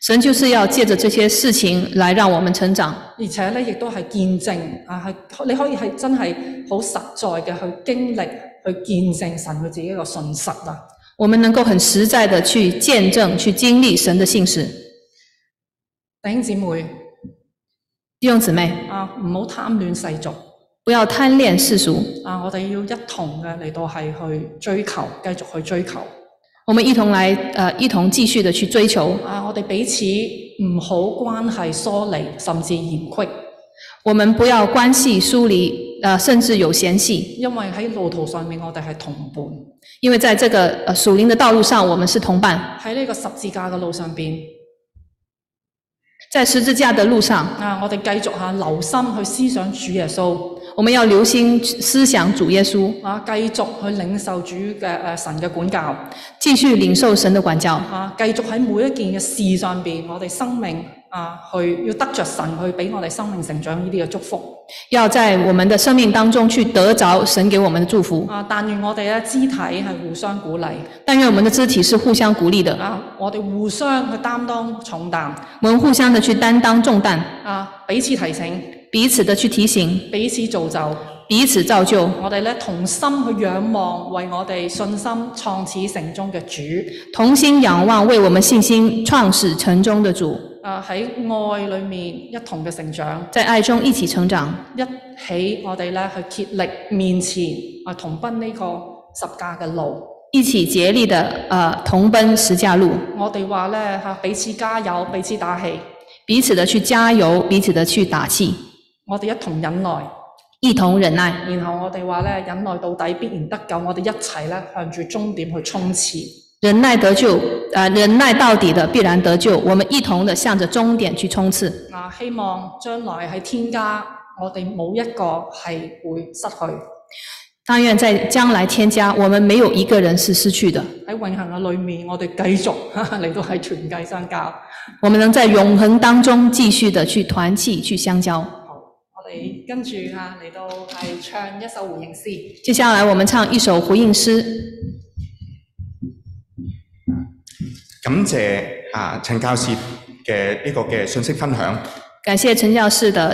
神就是要借着这些事情来让我们成长，
而且咧亦都係見證啊係你可以係真係好實在嘅去經歷去見證神佢自己個信實啊！
我们能够很实在的去见证、去经历神的信实。
弟兄姊妹
弟兄姊妹，
啊，唔好貪戀世俗
不要贪恋世俗，
啊！我哋要一同嘅嚟到係去追求，繼續去追求
我们一同来，呃，一同继续的去追求。
啊！我哋彼此唔好關係疏離，甚至嫌隙，
我们不要关系疏离，呃，甚至有嫌隙，
因為喺路途上面我哋係同伴，
因为在这个呃属灵的道路上，我们是同伴，
喺呢個十字架嘅路上邊
在十字架的路上。
啊！我哋繼續下留心去思想主耶穌
我们要留心思想主耶稣，
啊，繼續去領受主嘅誒、呃神嘅管教啊！
继续领受神的管教，
繼續喺每一件嘅事上邊，我哋生命啊去要得着神去俾我哋生命成長呢啲嘅祝福。
要在我们的生命当中去得着神给我们的祝福。
啊！但願我哋咧肢體係互相鼓勵
但愿我们的肢体是互相鼓励的，
啊！我哋互相去擔當重擔
我们互相的去担当重担，
啊！彼此提醒，
彼此的去提醒，
彼此造就。
彼此造就。
我哋咧同心去仰望，為我哋信心創始成終嘅主
同心仰望，为我们信心创始成终的主，
啊！喺愛裏面一同嘅成長，
在爱中一起成长。
一起我哋咧去竭力面前啊同奔呢個十架嘅路。
一起竭力的呃同奔十架路，
我哋話咧嚇彼此加油，彼此打氣，
彼此的去加油，彼此的去打气，
我哋一同忍耐。
一同忍耐。
然後我哋話咧，忍耐到底必然得救，我哋一齊咧向住終點去衝刺。
忍耐得救，呃，忍耐到底的必然得救。我们一同的向着终点去冲刺。
啊，希望將來喺天家，我哋冇一個係會失去
但愿在将来添加，我们没有一个人是失去的。
喺永恆嘅裏面，我哋繼續嚟到係團契相交。好，
我们能在永恒当中继续的去团契、去相交。
我哋跟住嚇嚟到係唱一首回應詩。
接下来，我们唱一首回应诗。
感謝啊陳教士嘅呢個嘅信息分享。
感谢陈教士的